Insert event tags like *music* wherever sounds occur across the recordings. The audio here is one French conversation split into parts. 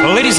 Ladies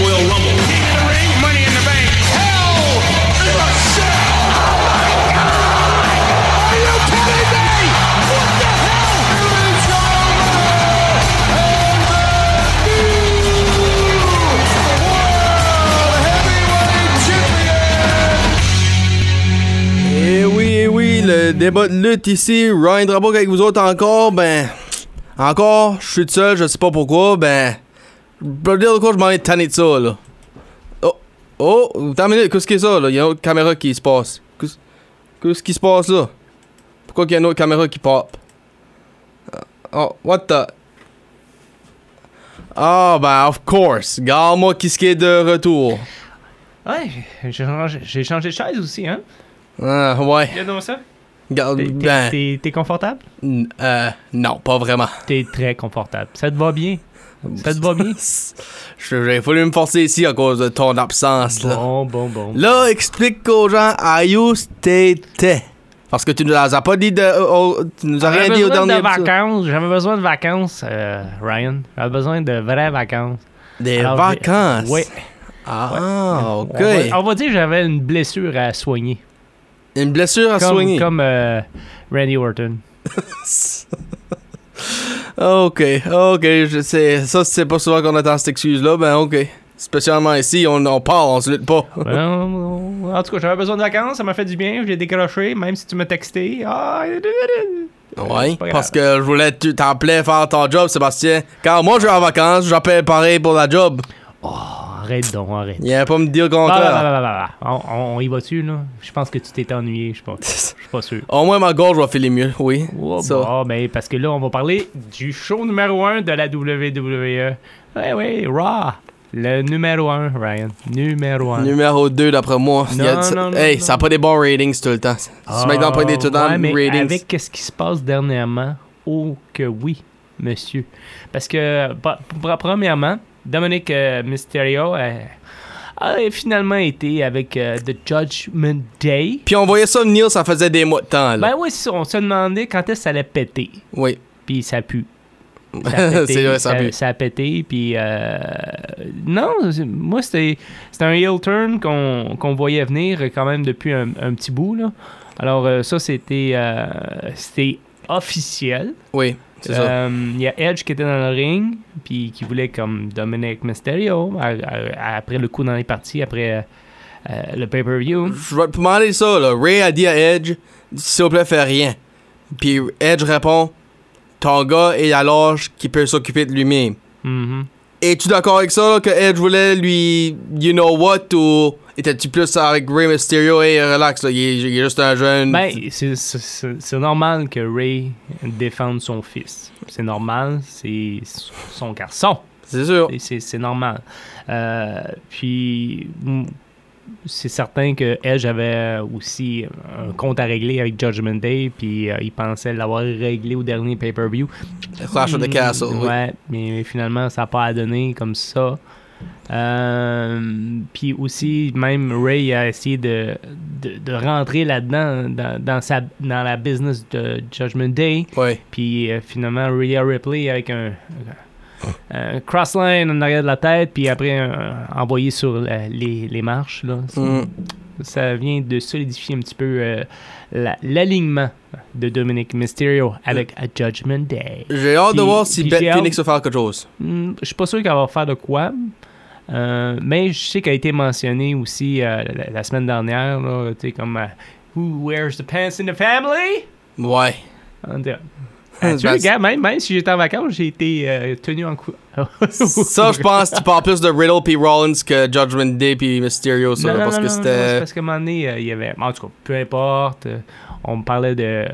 Royal Rumble. In the ring, money in the bank. Hell in a cell. Are you kidding me? What the hell? Eh oui, eh oui, le débat de lutte ici, Ryan Drabock avec vous autres encore, ben... Encore, je suis tout seul, je sais pas pourquoi, ben... Je peux dire de quoi je m'en ai tanné de ça, là. Oh, oh, attends une minute, qu'est-ce qui est ça, là? Y'a une autre caméra qui se passe. Qu'est-ce- Qu'est-ce qui se passe, là? Pourquoi qu'il y a une autre caméra qui pop? Oh, what the... Ah, ben, of course. Garde-moi qui ce qui est de retour. Ouais, j'ai- j'ai changé- j'ai changé de chaise aussi, hein? Ah, ouais. Regarde donc ça. Garde... T'es- T'es Ben... t'es- t'es confortable? n- Euh... Non, pas vraiment. T'es très confortable. Ça te va bien? Ça te va bien? Je- J'ai fallu me forcer ici à cause de ton absence. Là, Bon, bon, bon. là explique aux gens à où t'étais. Parce que tu nous as pas dit de. oh, oh, tu nous as J'avais rien dit au besoin dernier de épisode. vacances. J'avais besoin de vacances, euh, Ryan. J'avais besoin de vraies vacances. Des Alors, j'ai- vacances. Ouais. Ah, On ok. va- On va, dire que j'avais une blessure à soigner. Une blessure à comme soigner. comme euh, Randy Orton. Ok, ok. Je sais. Ça, c'est pas souvent qu'on attend cette excuse-là. Ben, ok. Spécialement ici, on, on part, on se lutte pas. Euh, en tout cas, j'avais besoin de vacances. Ça m'a fait du bien. Je l'ai décroché, même si tu m'as texté. Ah, Ouais, c'est pas parce que je voulais que tu t'en plais faire ton job, Sébastien. Quand moi je vais en vacances, j'appelle pareil pour la job. arrête donc, arrête. Il y a pas me dire le Ah, contraire. bah, bah, bah, bah, bah. On, on- on y va dessus, là. Je pense que tu t'es ennuyé, je pense. Je suis pas sûr. Au moins, ma gorge va filer mieux, oui. Oh, Ça. bah, ben, parce que là, on va parler du show numéro 1 de la WWE. Ouais, ouais, Raw. Le numéro 1, Ryan. Numéro 1. Numéro 2, d'après moi. Il y a- Non, non, non, hey, non. ça n'a pas des bons ratings tout le temps. SmackDown pas des tout le temps Ah, ouais, mais ratings. Avec ce qui se passe dernièrement, oh que oui, monsieur. Parce que, pa- pr- premièrement, Dominic euh, Mysterio euh, a finalement été avec euh, The Judgment Day. Puis on voyait ça venir, ça faisait des mois de temps. Là. Ben oui, c'est ça, on se demandait quand est-ce que ça allait péter. oui. Puis ça *laughs* pue. Ça a pété, C'est vrai, ça pue. a pété, puis... euh, non, c'est- moi, c'était c'était un heel turn qu'on qu'on voyait venir quand même depuis un, un petit bout. Là. Alors, euh, ça, c'était euh, c'était officiel. Oui, c'est ça. Euh, Il y a Edge qui était dans le ring, puis qui voulait, comme Dominic Mysterio, à- à- après le coup dans les parties, après euh, euh, le pay-per-view. Je vais te demander ça, là. Ray a dit à Edge, s'il vous plaît, fais rien. Puis Edge répond, ton gars est à l'âge qui peut s'occuper de lui-même. Mhm. Es-tu d'accord avec ça, là, que Edge voulait lui, you know what, ou étais-tu plus avec Ray Mysterio, hey, relax, là, il est, il est juste un jeune. Ben, c'est- c'est- c'est c'est normal que Ray défende son fils. C'est normal, c'est son garçon. c'est sûr. Et C'est c'est normal. Euh, puis, mm, c'est certain que Edge avait aussi un compte à régler avec Judgment Day, puis euh, il pensait l'avoir réglé au dernier pay-per-view. Clash of the Mm, Castle, oui. Ouais, mais, mais finalement, ça n'a pas à donner comme ça. Euh, puis aussi, même Ray a essayé de, de, de rentrer là-dedans, dans, dans, sa, dans la business de Judgment Day. Ouais. Puis euh, finalement, Rhea Ripley avec un, un crossline en arrière de la tête, puis après un- envoyé sur la- les, les marches. Là. Ça- Mm. Ça vient de solidifier un petit peu euh, la- l'alignement de Dominic Mysterio avec A Judgment Day. J'ai hâte de Puis- voir si puis Beth j'ai hâte- Phoenix va faire quelque chose. Hmm, Je suis pas sûr qu'elle va faire de quoi. Euh, mais je sais qu'elle a été mentionnée aussi euh, la, la semaine dernière, là, tu sais, comme euh, Who wears the pants in the family? Ouais. En tout cas, Ben, tu vois, regarde, même, même si j'étais en vacances, j'ai été euh, tenu en cou. *laughs* ça, je pense que tu parles plus de Riddle puis Rollins que Judgment Day puis Mysterio, ça, Non, non, parce que non, non, non, c'est c'était. parce qu'à un moment donné, euh, il y avait. En tout cas, peu importe. euh, on me parlait de euh,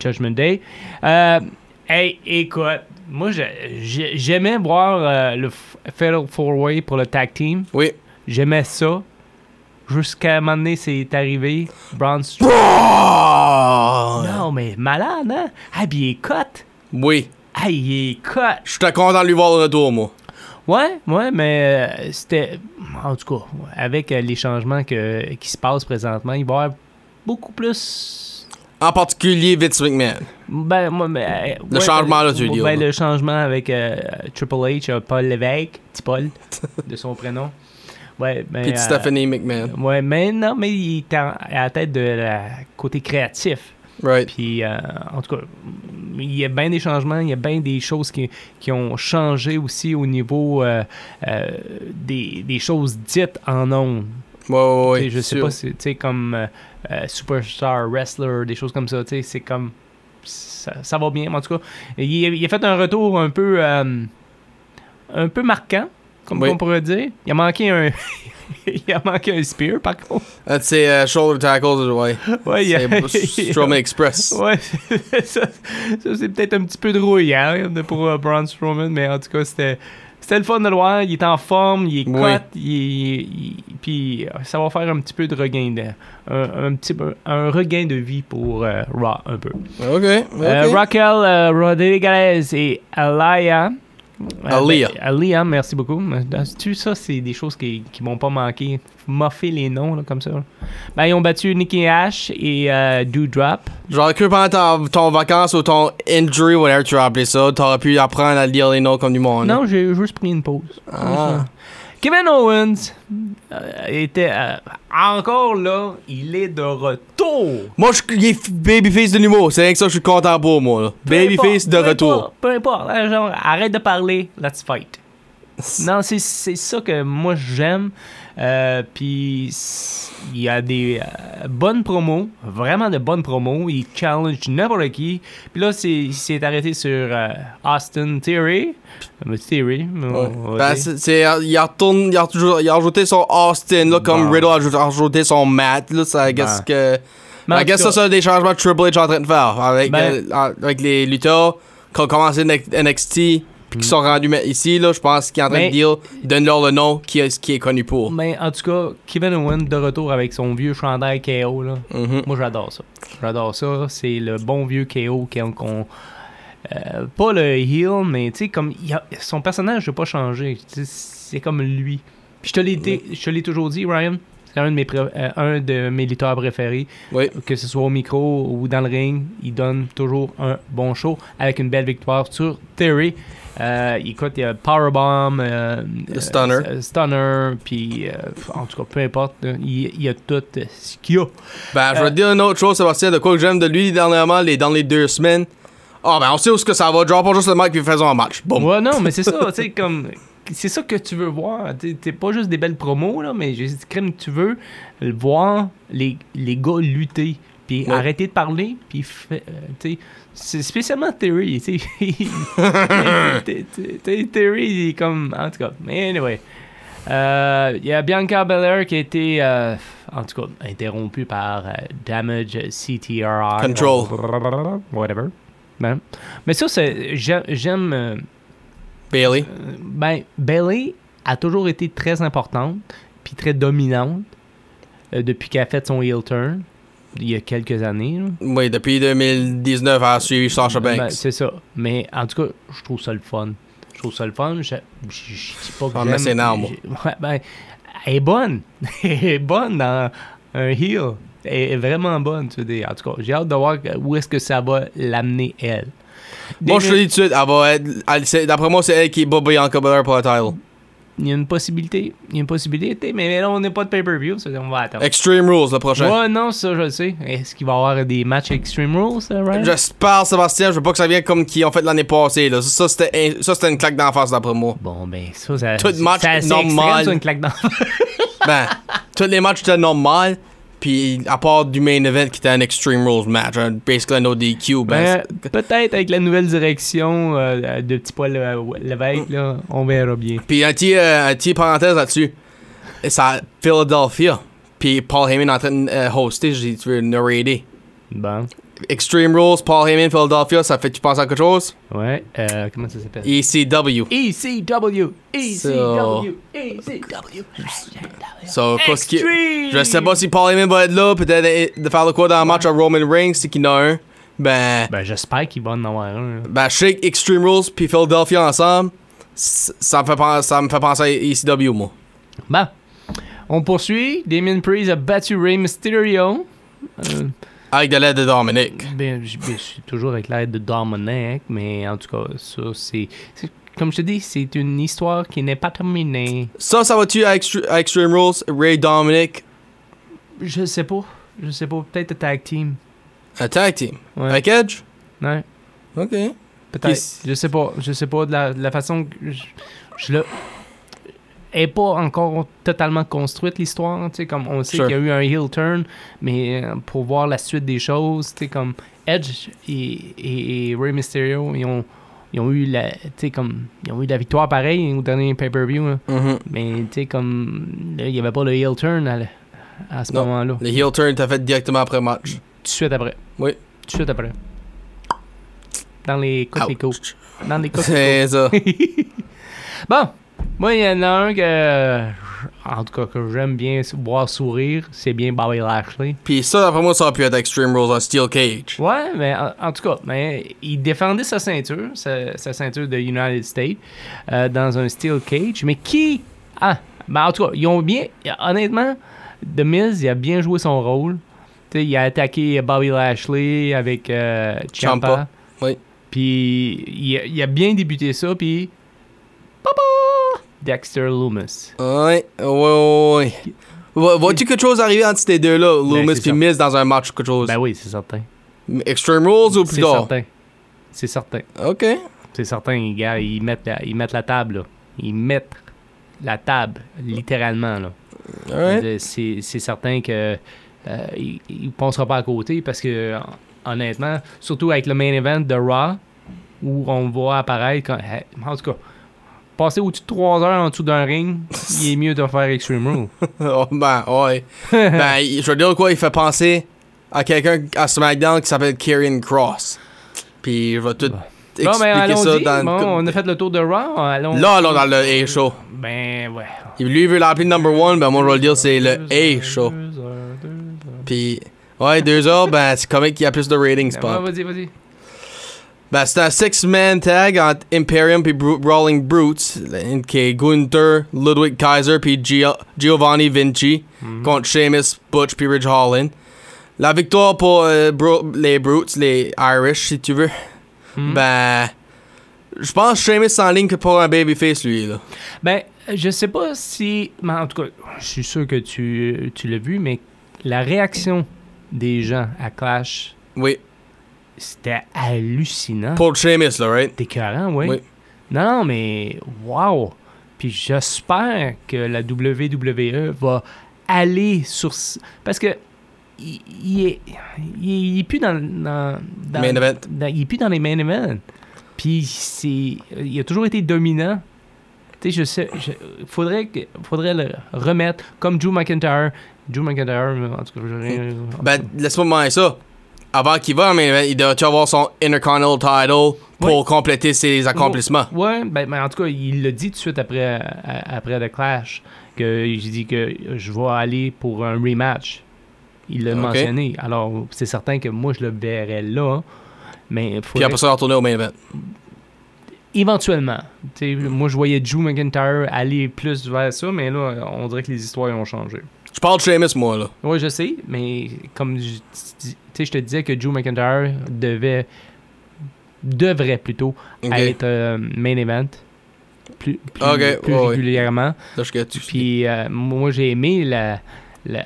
Judgment Day. Euh, hey, écoute, moi, je- j'ai- j'aimais voir euh, le f- Fatal Four Way pour le tag team. Oui. J'aimais ça. Jusqu'à un moment donné, c'est arrivé. Braun Strowman. Braun! Non, mais malade, hein? Ah, puis il est cut. Oui. Ah, il est cut. Je suis content de lui voir le retour, moi. Ouais, ouais, mais euh, c'était. En tout cas, avec euh, les changements que, qui se passent présentement, il va y avoir beaucoup plus. En particulier Vince McMahon. Ben, moi, mais, euh, Le changement, là, tu veux dire, Ben, là. le changement avec euh, Triple H, euh, Paul Lévesque, petit Paul, de son prénom. Ouais, mais. Puis euh, Stephanie McMahon. Ouais, mais non, mais il est en- à la tête de la côté créatif. Right. Puis, euh, en tout cas, il y a bien des changements, il y a bien des choses qui, qui ont changé aussi au niveau euh, euh, des, des choses dites en ondes. Ouais, ouais, ouais. Tu sais, je sais sûr. pas, si- tu sais, comme euh, euh, Superstar Wrestler, des choses comme ça, tu sais, c'est comme. Ça, ça va bien, mais en tout cas. Il, a- il a fait un retour un peu. euh, un peu marquant, comme Oui. on pourrait dire. Il a manqué un. *laughs* il a manqué un spear, par contre. Un de ses euh, shoulder tackles, ouais. *laughs* Ouais, il a- C'est Strowman *laughs* Express. Ouais, ça, ça, c'est peut-être un petit peu drouillant hein, pour euh, Braun Strowman, mais en tout cas, c'était. C'était le fun de le voir, il est en forme, il est Oui. cut, il, il- il- puis euh, ça va faire un petit peu de regain de, un, un petit peu- un regain de vie pour euh, Raw un peu. Ok. Euh, ok. Raquel euh, Rodriguez et Alaya. Aliyah. Alia, merci beaucoup. Tu ça, c'est des choses qui, qui m'ont pas manqué. Moffer les noms là, comme ça. là. Ben, ils ont battu Nikki Ash et euh, Doudrop. Genre que pendant ta- ton vacances ou ton injury, whatever tu as appelé ça, t'aurais pu apprendre à lire les noms comme du monde. Non, j'ai juste pris une pause. Ah. Kevin Owens euh, était euh, encore là, il est de retour. Moi, je suis il est f- babyface de nouveau. C'est rien que ça, je suis content pour moi. là. Peu Babyface importe, de peu retour. importe, peu importe, hein, genre, arrête de parler, let's fight. Non, c'est c'est ça que moi j'aime. Euh, Puis s- il y a des euh, bonnes promos, vraiment de bonnes promos. Il challenge n'importe qui. Puis là, c'est- il s'est arrêté sur euh, Austin Theory. Euh, Theory. on- Ouais. on va Ben, dire. c'est- c'est- il a retourné- il a toujours- il a rajouté son Austin, là, comme Bon. Riddle a aj- a rajouté son Matt, là, ça, I guess que... Mais Ben, en I guess tout ça, cas- c'est des changements que Triple H est en train de faire, avec, Ben- euh, avec les lutteurs qui ont commencé N- NXT, puis qui sont rendus ma- ici, là, je pense qu'il est en train Mais- Mm. de dire, donne-leur le nom qui est, qui est connu pour. Mais en tout cas, Kevin Owens de retour avec son vieux chandail KO. Là. Mhm. Moi, j'adore ça. J'adore ça. C'est le bon vieux KO qu'on. qu'on- euh, pas le heel, mais tu sais, comme. il a- son personnage n'a pas changé. Tu sais, C'est comme lui. Puis je te l'ai dit- je te l'ai toujours dit, Ryan. C'est un de, mes pré- euh, un de mes lutteurs préférés. Oui. Que ce soit au micro ou dans le ring, il donne toujours un bon show avec une belle victoire sur Terry. Euh, écoute, il y a Powerbomb, euh, Le Stunner. euh, Stunner, puis euh, en tout cas, peu importe, là, il, il y a tout euh, ce qu'il y a. Ben, Euh. je vais te dire une autre chose, Sébastien, de quoi que j'aime de lui dernièrement, les, dans les deux semaines. Ah, ben, on sait où ce que ça va, genre, pas juste le mec qui fait son match. Boum. Ouais, non, mais c'est ça, tu sais, comme. C'est ça que tu veux voir. T'es t'es pas juste des belles promos, là, mais j'ai dit, crème, tu veux voir les, les gars lutter. Puis Ouais. arrêter de parler, puis fais- euh, tu sais, c'est spécialement Terry, tu sais. *laughs* Il- t'es- t'es- t'es- Terry, il est comme. En tout cas, mais anyway. Euh, Il y a Bianca Belair qui a été, euh, en tout cas, interrompue par euh, Damage CTRI. Control. Whatever. Ben, mais ça, c'est- j'ai- j'aime. euh, Bailey. euh, ben, Bailey a toujours été très importante, puis très dominante euh, depuis qu'elle a fait son heel turn il y a quelques années. là. Oui, depuis 2019, elle a suivi Sasha Banks. Ben, c'est ça. Mais en tout cas, je trouve ça le fun. Je trouve ça le fun. Je, je- je dis pas que Ah, mais j'aime- c'est énorme. je- ouais, ben, elle est bonne. *laughs* elle est bonne dans un heel. Elle est vraiment bonne. Tu veux dire. En tout cas, j'ai hâte de voir où est-ce que ça va l'amener, elle. Moi, je te Damien- dis tout de suite, elle va être. elle- c'est- D'après moi, c'est elle qui bat Bianca Belair pour le title. Il y a une possibilité. Il y a une possibilité, mais là, on n'est pas de pay-per-view. ça, On va attendre. Extreme Rules, le prochain. Ouais, non, ça, je le sais. Est-ce qu'il va y avoir des matchs Extreme Rules, euh, Ryan? J'espère, Sébastien, je veux pas que ça vienne comme qu'ils ont fait l'année passée. Là. Ça, c'était un- ça, c'était une claque d'en face, d'après *laughs* moi. Bon, ben, ça, ça. Tout ça- match ça, c'est normal. extrême, ça, une claque dans ben, tous les matchs étaient normaux. Puis, à part du main event qui était un Extreme Rules match, un, basically un ODQ, ben, Ben, peut-être avec la nouvelle direction euh, de Petit Paul euh, Lévesque, là, on verra bien. Puis un petit, euh, un petit parenthèse là-dessus. Et C'est à Philadelphia. Puis Paul Heyman est en train de euh, hoster, je dis, tu veux narrater. Bon, Extreme Rules, Paul Heyman, Philadelphia, ça fait tu penses à quelque chose? E ouais. euh, comment ça s'appelle? E ECW. ECW! ECW! So- ECW! So, qu'est-ce qui- E Extreme! Je sais pas si Paul Heyman va être là, peut-être euh, de faire le quoi dans le match à Roman Reigns, c'est qu'il y en a un. Ben, Ben, j'espère qu'il va en avoir un. là. ben, je sais que Extreme Rules puis Philadelphia ensemble, c- ça me fait penser, ça me fait penser à ECW, moi. Bon. On poursuit. Damien Priest a battu Rey Mysterio. Euh, Avec de l'aide de Dominic. ben, j- ben, je suis toujours avec l'aide de Dominic, mais en tout cas, ça, c'est. c'est- Comme je te dis, c'est une histoire qui n'est pas terminée. Ça, ça va-tu à, Extre- à Extreme Rules, Ray Dominic, Je sais pas. Je sais pas. Peut-être le tag team. un tag team? Ouais. Avec Edge? Ouais. Ok. Peut-être. Puis- Je sais pas. Je sais pas. De la, de la façon que je, je le. Est pas encore totalement construite l'histoire. Tu sais, comme on sait Sure. qu'il y a eu un heel turn, mais euh, pour voir la suite des choses, tu sais, comme Edge et, et, et Rey Mysterio, ils ont, ils ont eu la. Tu sais, comme. Ils ont eu la victoire pareil au dernier pay-per-view. hein. Mhm. Mais tu sais, comme. là, il y avait pas le heel turn à, la- à ce Non. moment-là. Le heel turn t'as fait directement après le match. Tout de suite après. Oui. Tout de suite après. Dans les coquelicots. Ouch. *laughs* Dans les coquelicots. C'est ça. Bon, moi, il y en a un que, en tout cas, que j'aime bien voir sourire, c'est bien Bobby Lashley. Puis ça, d'après moi, ça aurait pu être Extreme Rules en Steel Cage. Ouais, mais en, en tout cas, mais il défendait sa ceinture, sa, sa ceinture de United States, euh, dans un steel cage. Mais qui. Ah, ben en tout cas, ils ont bien. Honnêtement, The Miz, il a bien joué son rôle. Tu sais, il a attaqué Bobby Lashley avec euh, Ciampa. Ciampa, oui. Puis il a, il a bien débuté ça, puis. Papa! Dexter Loomis. Ouais, ouais, ouais, ouais. Va- Vois-tu quelque chose arriver entre ces deux-là, Loomis Ben, c'est puis ça. Miz, dans un match ou quelque chose? Ben oui, c'est certain. Extreme Rules ou plus C'est tard? certain. C'est certain. Ok. C'est certain, les gars, ils mettent la, ils mettent la table, là. Ils mettent la table, littéralement, là. Alright. Je- C'est c'est certain que euh, il il pensera pas à côté parce que hon- honnêtement, surtout avec le main event de Raw où on voit apparaître quand- eh, en tout cas passer au-dessus de 3 heures en dessous *laughs* d'un ring, il est mieux de faire Extreme Rule. Oh, ben, *laughs* ouais. ben, il- je veux dire quoi, il fait penser à quelqu'un à SmackDown qui s'appelle Kieran Cross. Puis je vais tout expliquer Bon, mais ça allons-y. dans le- Bon, on a fait le tour de Raw. Allons Là, là, dans le A-Show. Ben ouais. Lui, il veut l'appeler number one, ben moi, je vais le dire, c'est le Deux heures, A-Show. deux heures, deux heures. Puis, ouais, deux heures, ben, c'est comique qu'il y a plus de ratings, Ouais, pas. Vas-y, vas-y. Ben, c'est un six-man tag entre Imperium puis Bru- Brawling Brutes, qui est Gunther, Ludwig Kaiser puis Gio- Giovanni Vinci contre Seamus, Butch puis Ridge Holland. La victoire pour euh, Bru- les Brutes, les Irish, si tu veux. Ben, je pense que Seamus est en ligne que pour un babyface, lui, là. Ben, je sais pas si. mais en tout cas, je suis sûr que tu, tu l'as vu, mais la réaction des gens à Clash, Oui, c'était hallucinant. pour Seamus, là, right? T'es écœurant, oui. Oui. Non, mais wow! Puis j'espère que la WWE va aller sur. ce- Parce que. Il, il est, il, il est plus dans, dans, dans- Main event. dans- il est plus dans les main events. Puis c'est, il a toujours été dominant. Tu sais, je sais, je- faudrait, que- faudrait le remettre comme Drew McIntyre. Drew McIntyre, en tout cas, je- Ben, laisse-moi demander ça. Avant qu'il va, mais il doit avoir son Intercontinental title pour compléter ses accomplissements. Ouais, ben, ben, en tout cas, il l'a dit tout de suite après, à- après le clash que j'ai dit que je vais aller pour un rematch. Il l'a Ok. mentionné. Alors, c'est certain que moi, je le verrais là. hein. Mais Puis faudrait après ça, il va retourner au main event. éventuellement. Tu sais, moi, je voyais Drew McIntyre aller plus vers ça, mais là, on dirait que les histoires ont changé. Je parle de Seamus, moi, là. Oui, je sais, mais comme je, tu sais, je te disais que Drew McIntyre devait, devrait plutôt Ok. être euh, main event plus, plus, Ok, plus ouais, ouais. régulièrement. Là, je que tu- Puis euh, moi, j'ai aimé la, la,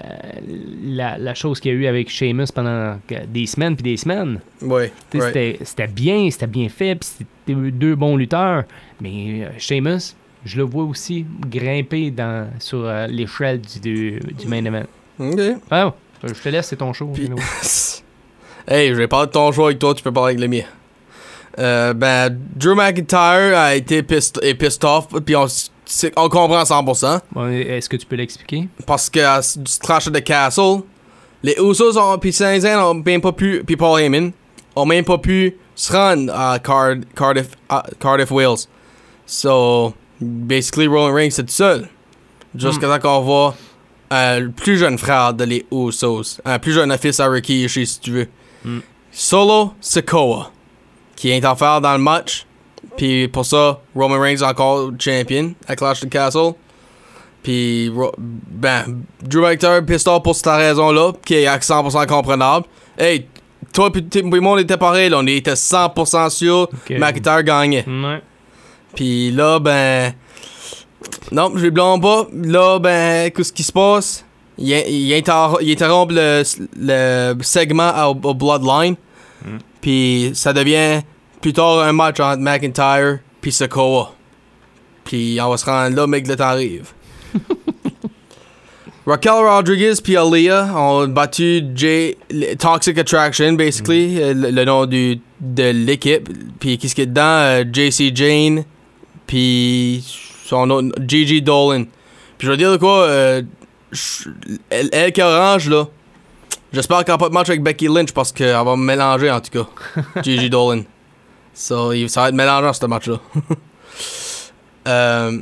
la, la chose qu'il y a eu avec Sheamus pendant que- des semaines puis des semaines. Ouais, Tu sais, right. c'était- C'était bien, c'était bien fait, puis c'était deux bons lutteurs. Mais euh, Sheamus, je le vois aussi grimper dans, sur euh, l'échelle du, du, du main event. Ok. *laughs* Ah, je te laisse, c'est ton show. Puis- Milo. hey, je vais parler de ton choix avec toi, tu peux parler avec le mien. Euh, ben, Drew McIntyre a été pissed, est pissed off, puis on, s- c'est- on comprend 100%. Bon, Est-ce que tu peux l'expliquer? Parce que à s- du trash de Castle, les Usos ont, puis Saint-Zayn ont même pas pu, puis Paul Heyman, ont même pas pu se rendre à Card- Cardiff, à Cardiff, Wales. So, basically, Roman Reigns c'est tout seul. Jusqu'à temps qu'on voit euh, le plus jeune frère de les Usos, un plus jeune fils à Ricky Ishii, si tu veux. Solo Sokoa, qui est en faire dans le match, Puis pour ça, Roman Reigns est encore champion à Clash of the Castle. Puis, Ro- ben, Drew McIntyre pissed off pour cette raison-là, qui est à 100% comprenable. Hey, toi puis t- puis moi, on était pareil, là. On était 100% sûr Ok. McIntyre gagnait. Ouais. Puis là, ben. Non, je les blâme pas. Là, ben, qu'est-ce qui se passe? Il, il inter- il interrompt le, le segment au, au Bloodline. Puis ça devient plus tard un match entre McIntyre puis Sokoa. Puis on va se rendre là, mec, le temps arrive. Raquel Rodriguez puis Aaliyah ont battu J le- Toxic Attraction, basically, euh, le, le nom du, de l'équipe. Puis qu'est-ce qu'il y a dedans? Euh, JC Jane, puis son autre, Gigi Dolan. Puis je veux dire de quoi, euh, je- elle, elle qui est orange, là, j'espère qu'elle n'a pas de match avec Becky Lynch parce qu'elle va me mélanger, en tout *laughs* cas, Gigi Dolan. So, il- ça va être mélangeant, ce match-là. *laughs* Euh,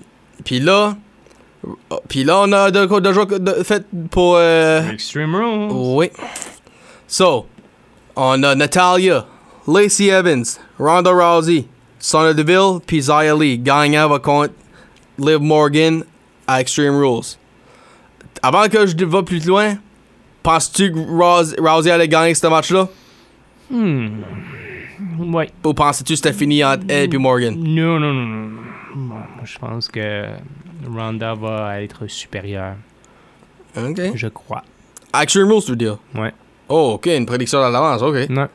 puis là... Puis là, on a de quoi de, jouer- de- fait pour. euh, Extreme Rules. oui. So, on a Natalia, Lacey Evans, Ronda Rousey, Sonya Deville, puis Zia Lee. Gagnant va contre Liv Morgan à Extreme Rules. Avant que je va plus loin, penses-tu que Rouse- Rousey allait gagner ce match-là? Hmm. Ouais. Ou penses-tu que c'était fini entre elle et Morgan? Non, non, non, non. Moi, moi, je pense que Ronda va être supérieure. Ok. Je crois. Extreme Rules, tu veux dire? Ouais. Mm. Oh, ok, une prédiction à l'avance, ok. Non.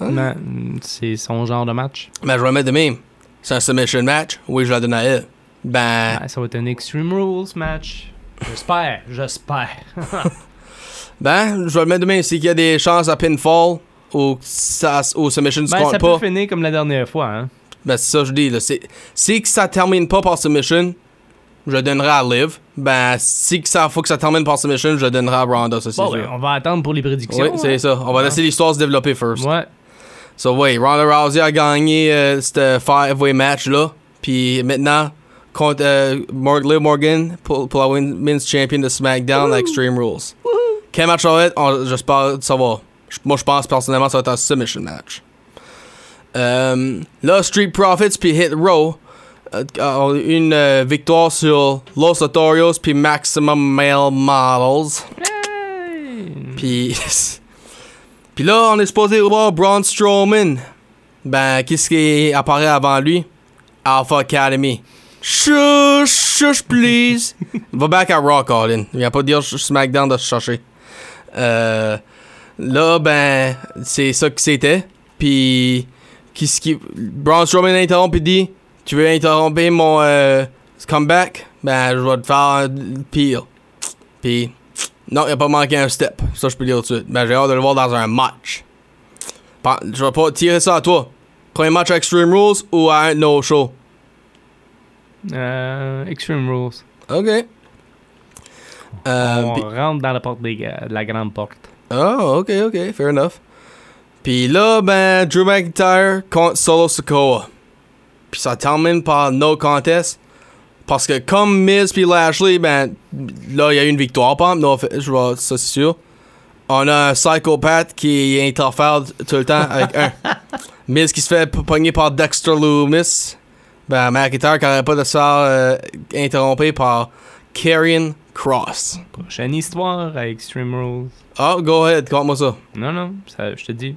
Ah. Non, c'est son genre de match. Mais Ben, je vais mettre de même. C'est un submission match. Oui, je la donne à elle. Ben, Ah, ça va être un Extreme Rules match. J'espère, j'espère. ben, je vais le mettre de même. S'il y a des chances à pinfall ou que ça, ou submission ne se Ben, ça compte peut pas, finir comme la dernière fois. Hein? ben, c'est ça que je dis. Là. C'est, si que ça termine pas par submission, je le donnerai à Liv. Ben, si que ça faut que ça termine par submission, je le donnerai à Ronda. Ça, c'est Bon, ben, sûr. on va attendre pour les oui, prédictions. hein. c'est ça. On va laisser l'histoire se développer first. Ouais. So, ouais, Ronda Rousey a gagné euh, ce five-way match-là. Puis maintenant, contre euh, Mor- Liv Morgan pour, pour la Women's Champion de SmackDown à Extreme Rules. Quel match Oh, ça va être? On- J'espère savoir. J- Moi, je pense personnellement ça va être un submission match. Euh, là, Street Profits puis Hit Row euh, ont eu une euh, victoire sur Los Otorios puis Maximum Male Models. Puis, *laughs* puis là, on est supposé voir Braun Strowman. Ben, qu'est-ce qui apparaît avant lui? Alpha Academy. Shush, shush, please. Va back à Raw, Colin. Il n'y a pas de dire sur SmackDown de se chercher. Euh, là, ben, c'est ça que c'était. Puis, qu'est-ce qui. Braun Strowman interrompt et dit Tu veux interrompre mon euh, comeback? Ben, je vais te faire un pire. Puis, non, il a pas manqué un step. Ça, je peux le dire tout de suite. Ben, j'ai hâte de le voir dans un match. Pas- Je vais pas tirer ça à toi. Premier match à Extreme Rules ou à un no show. Euh, Extreme Rules. Ok. Euh, on pis- rentre dans la porte des gars- de la grande porte. Oh, ok, ok, fair enough. Puis là, ben, Drew McIntyre contre Solo Sokoa. Puis ça termine par no contest. Parce que comme Miz puis Lashley, ben, là, il y a eu une victoire, par exemple. Non, fait- je vois, ça c'est sûr. On a un psychopathe qui interfère tout le temps avec un. Miz qui se fait p- pogner par Dexter Loomis. Ben, McIntyre qui n'arrête pas de se faire euh, interrompre par Karrion Cross. Prochaine histoire à Extreme Rules. Oh, go ahead, compte-moi ça. Non, non, ça, je te dis.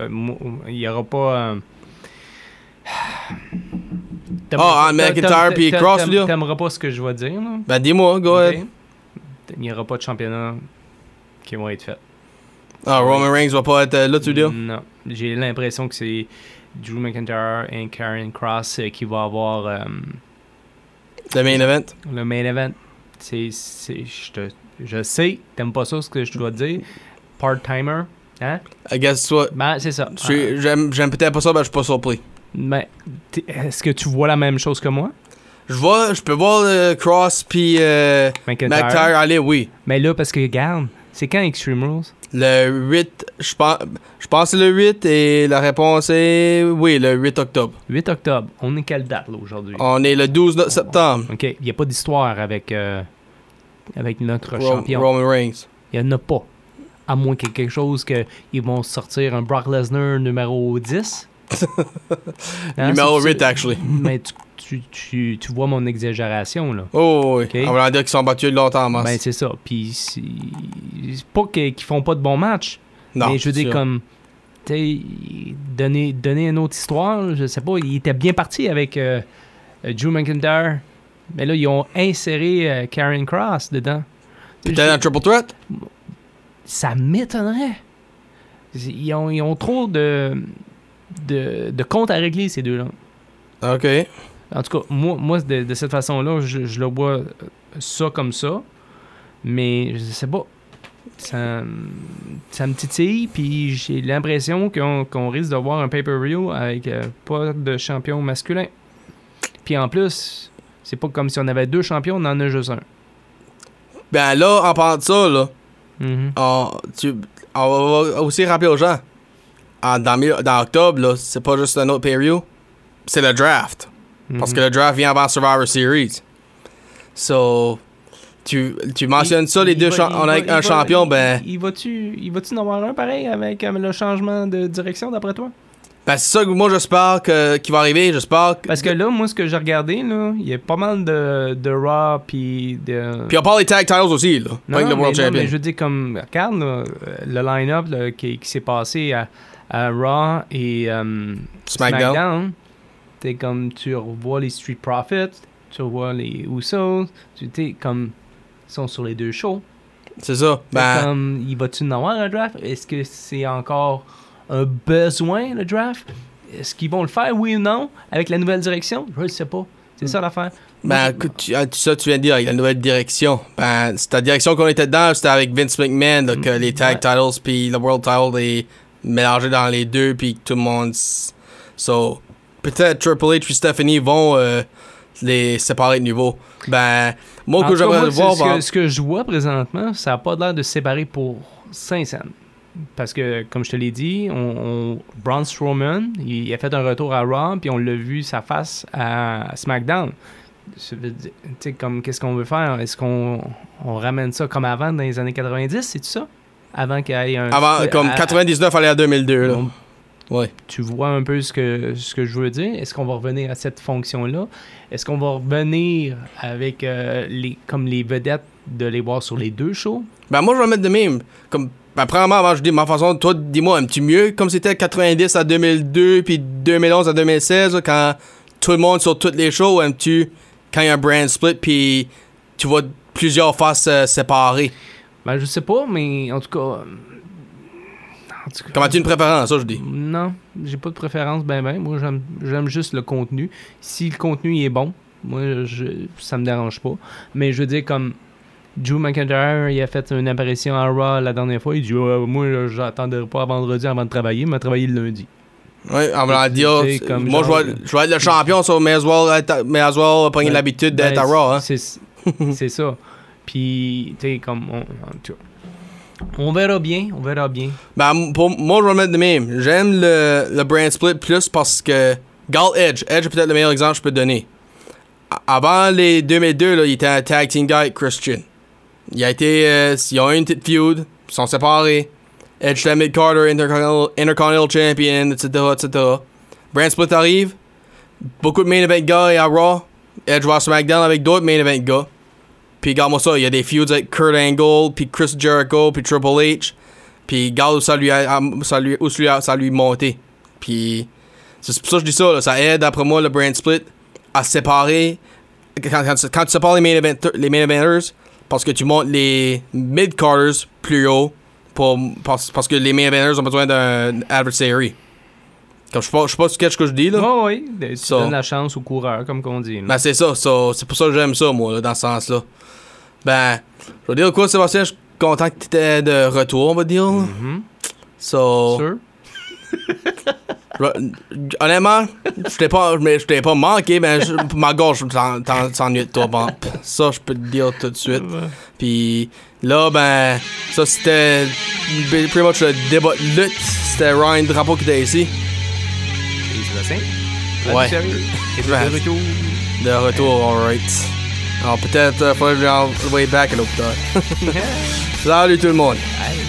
Euh, moi, Il n'y aura pas. euh, *sighs* T'aimeras Ah, pas- en t'a- McIntyre t'a- puis t'a- Cross, t'a- là. T'aimeras pas ce que je vais dire, là. Ben dis-moi, go Ok? ahead. Il n'y aura pas de championnat qui vont être fait. Ah, Roman Reigns va pas être euh, là, tu veux dire? Non. J'ai l'impression que c'est Drew McIntyre et Karen Cross euh, qui vont avoir euh, Le main event? le main event. C'est, c'est- je, te- je sais, t'aimes pas ça ce que je dois te dire. Part-timer. Hein? I guess what? Ben, c'est ça. Je suis- J'aime j'aime peut-être pas ça, ben je suis pas surpris. Mais t'es- Ben, est-ce que tu vois la même chose que moi? Je vois, je peux voir euh, Cross puis euh, McIntyre. McIntyre aller, oui. Mais Ben là, parce que regarde, c'est quand Extreme Rules? Le 8, je pense, je pense que c'est le 8 et la réponse est oui, le 8 octobre. 8 octobre. On est quelle date là aujourd'hui? On est le 12 no- septembre. OK. Il n'y a pas d'histoire avec, euh, avec notre Ro- champion. Roman Reigns. Il n'y en a *laughs* pas. À moins qu'il y ait quelque chose que ils vont sortir un Brock Lesnar numéro 10 Hein, Numéro c'est- 8, actually. Mais tu, tu, tu, tu vois mon exagération, là. Oh, oui. Ok. On va dire qu'ils sont battus longtemps, en masse. Ben, c'est ça. Puis, c'est c'est pas que- qu'ils font pas de bons matchs, non, mais je veux dire, sûr. comme. Tu sais, donner, donner une autre histoire, je sais pas. Il était bien parti avec euh, euh, Drew McIntyre, mais là, ils ont inséré euh, Karen Cross dedans. Peut-être un triple threat? ça m'étonnerait. Ils ont, ils ont trop de, de, de comptes à régler, ces deux-là. Ok. En tout cas, moi, moi de, de cette façon-là, je, je le vois euh, ça comme ça. Mais je sais pas. Ça, ça me titille, puis j'ai l'impression qu'on qu'on risque d'avoir un pay-per-view avec euh, pas de champion masculin. Puis en plus, c'est pas comme si on avait deux champions, on en a juste un. Ben là, en parlant de ça, là, Mm-hmm. Mhm. on, Ah, tu- on va aussi rappeler aux gens. En- dans, mi- dans octobre, là, c'est pas juste un autre pay-per-view, c'est le draft. Mm-hmm. Parce que le draft vient avant Survivor Series. So, tu, tu mentionnes ça, les Il deux va- cha- il on a va- avec il un va- champion, il- ben, Il va-tu il va-tu en avoir un pareil avec euh, le changement de direction, d'après toi? ben c'est ça que moi j'espère que, qui va arriver. J'espère que. Parce que là, moi, ce que j'ai regardé, là, il y a pas mal de, de Raw puis de. Puis on parle des tag titles aussi, là. Non, pas avec non, le World mais, non, Champion. mais je veux dire, comme, regarde là, euh, le line-up là, qui, qui s'est passé à, à Raw et euh, SmackDown. SmackDown. T'es comme, tu revois les Street Profits, tu revois les Usos, tu t'es comme, ils sont sur les deux shows. C'est ça. Fait Ben, comme, il va-tu en avoir un draft? Est-ce que c'est encore un besoin, le draft? Est-ce qu'ils vont le faire, oui ou non, avec la nouvelle direction? Je ne sais pas. C'est ça l'affaire. ben écoute, tu, ah, tu- ça, tu viens de dire, avec la nouvelle direction. Ben, c'est la direction qu'on était dedans, c'était avec Vince McMahon, là, que les tag titles, puis le World title est mélangé dans les deux, puis que tout le monde. s- So, peut-être Triple H puis Stephanie vont euh, les séparer de nouveau. Ben, En moi, tout que cas, j'aimerais moi, le c'est voir. ce, ben, que, ce que je vois présentement, ça n'a pas l'air de se séparer pour 5 cents. Parce que, comme je te l'ai dit, on, on- Braun Strowman, il, il a fait un retour à Raw, puis on l'a vu sa face à SmackDown. Ça veut dire- Tu sais, comme, qu'est-ce qu'on veut faire? Est-ce qu'on on ramène ça comme avant, dans les années 90, c'est ça? Avant qu'il y ait un... avant, comme à- 99 allait à 2002, là. on- Ouais. tu vois un peu ce que, ce que je veux dire. Est-ce qu'on va revenir à cette fonction-là? Est-ce qu'on va revenir avec euh, les, comme les vedettes de les voir sur les deux shows? Ben, moi, je vais mettre de même. Comme, ben, premièrement, avant, je dis ma façon, toi, dis-moi, aimes-tu mieux comme c'était 90 à 2002, puis 2011 à 2016, là, quand tout le monde sur toutes les shows, ou aimes-tu quand il y a un brand split, puis tu vois plusieurs faces euh, séparées? Ben, je sais pas, mais en tout cas. euh, En tout cas Comment tu une préférence, ça, je dis? Non, j'ai pas de préférence, ben ben. Moi, j'aime- j'aime juste le contenu. Si le contenu il est bon, moi, je, ça me dérange pas. Mais je veux dire, comme Drew McIntyre, il a fait une apparition à Raw la dernière fois. Il dit Ouais, Moi, là, j'attendrai pas à vendredi avant de travailler, mais à travailler le lundi. Ouais, en voulant C'est- dire, c'est comme moi, je genre- vais, je vais être le champion, so may as well, être- may as well prendre Ben, l'habitude d'être Ben, à Raw, hein. C'est c'est ça. Puis, tu sais, comme. On, en tout cas, on verra bien, on verra bien. Ben, m- pour moi, je vais mettre de même. J'aime le, le brand split plus parce que Gall Edge, Edge est peut-être le meilleur exemple que je peux te donner. A- Avant les 2002, là, il était un tag team guy avec Christian. Il a été, euh, ils ont eu une petite feud, ils sont séparés. Edge était mid Carter, Intercontinental, Intercontinental Champion, etc., etc. Brand split arrive, beaucoup de main event gars et à Raw. Edge va à SmackDown avec d'autres main event gars. Puis regarde-moi ça, il y a des feuds avec Kurt Angle, puis Chris Jericho, puis Triple H. Puis regarde où ça lui, a, am- ça lui, où ça lui a- ça lui est monté. Puis c'est pour ça que je dis ça, là, ça aide, après moi, le brand split à séparer. Quand, quand tu- quand tu sépares les main, event- les main eventers, parce que tu montes les mid-carders plus haut, pour, parce, parce que les main eventers ont besoin d'un adversary. Comme je sais pas, je sais pas ce que- ce que je dis là. Oh, oui, de- tu Ça. donnes la chance aux coureurs, comme qu'on dit. là. Ben, c'est ça, ça- c'est pour ça que j'aime ça, moi, là, dans ce sens-là. Ben, je veux dire quoi, Sébastien, je suis content que tu étais de retour, on va dire. là. Mhm. So, Sûr? je- honnêtement, je t'ai pas, mais je t'ai pas manqué, mais je- ma gorge s'en- t'en- s'ennuie de toi, bon. Ça, je peux te dire tout de suite. Puis là, ben, ça, c'était pretty much le débat de lutte. C'était Ryan Drapeau qui était ici. Et Sébastien? Ouais. Ah, sérieux? Et puis, Ben. de retour. De retour, alright. eh, Alors, peut-être, euh, faudrait que je l'envoie back à l'hôpital. Salut tout le monde. Hey.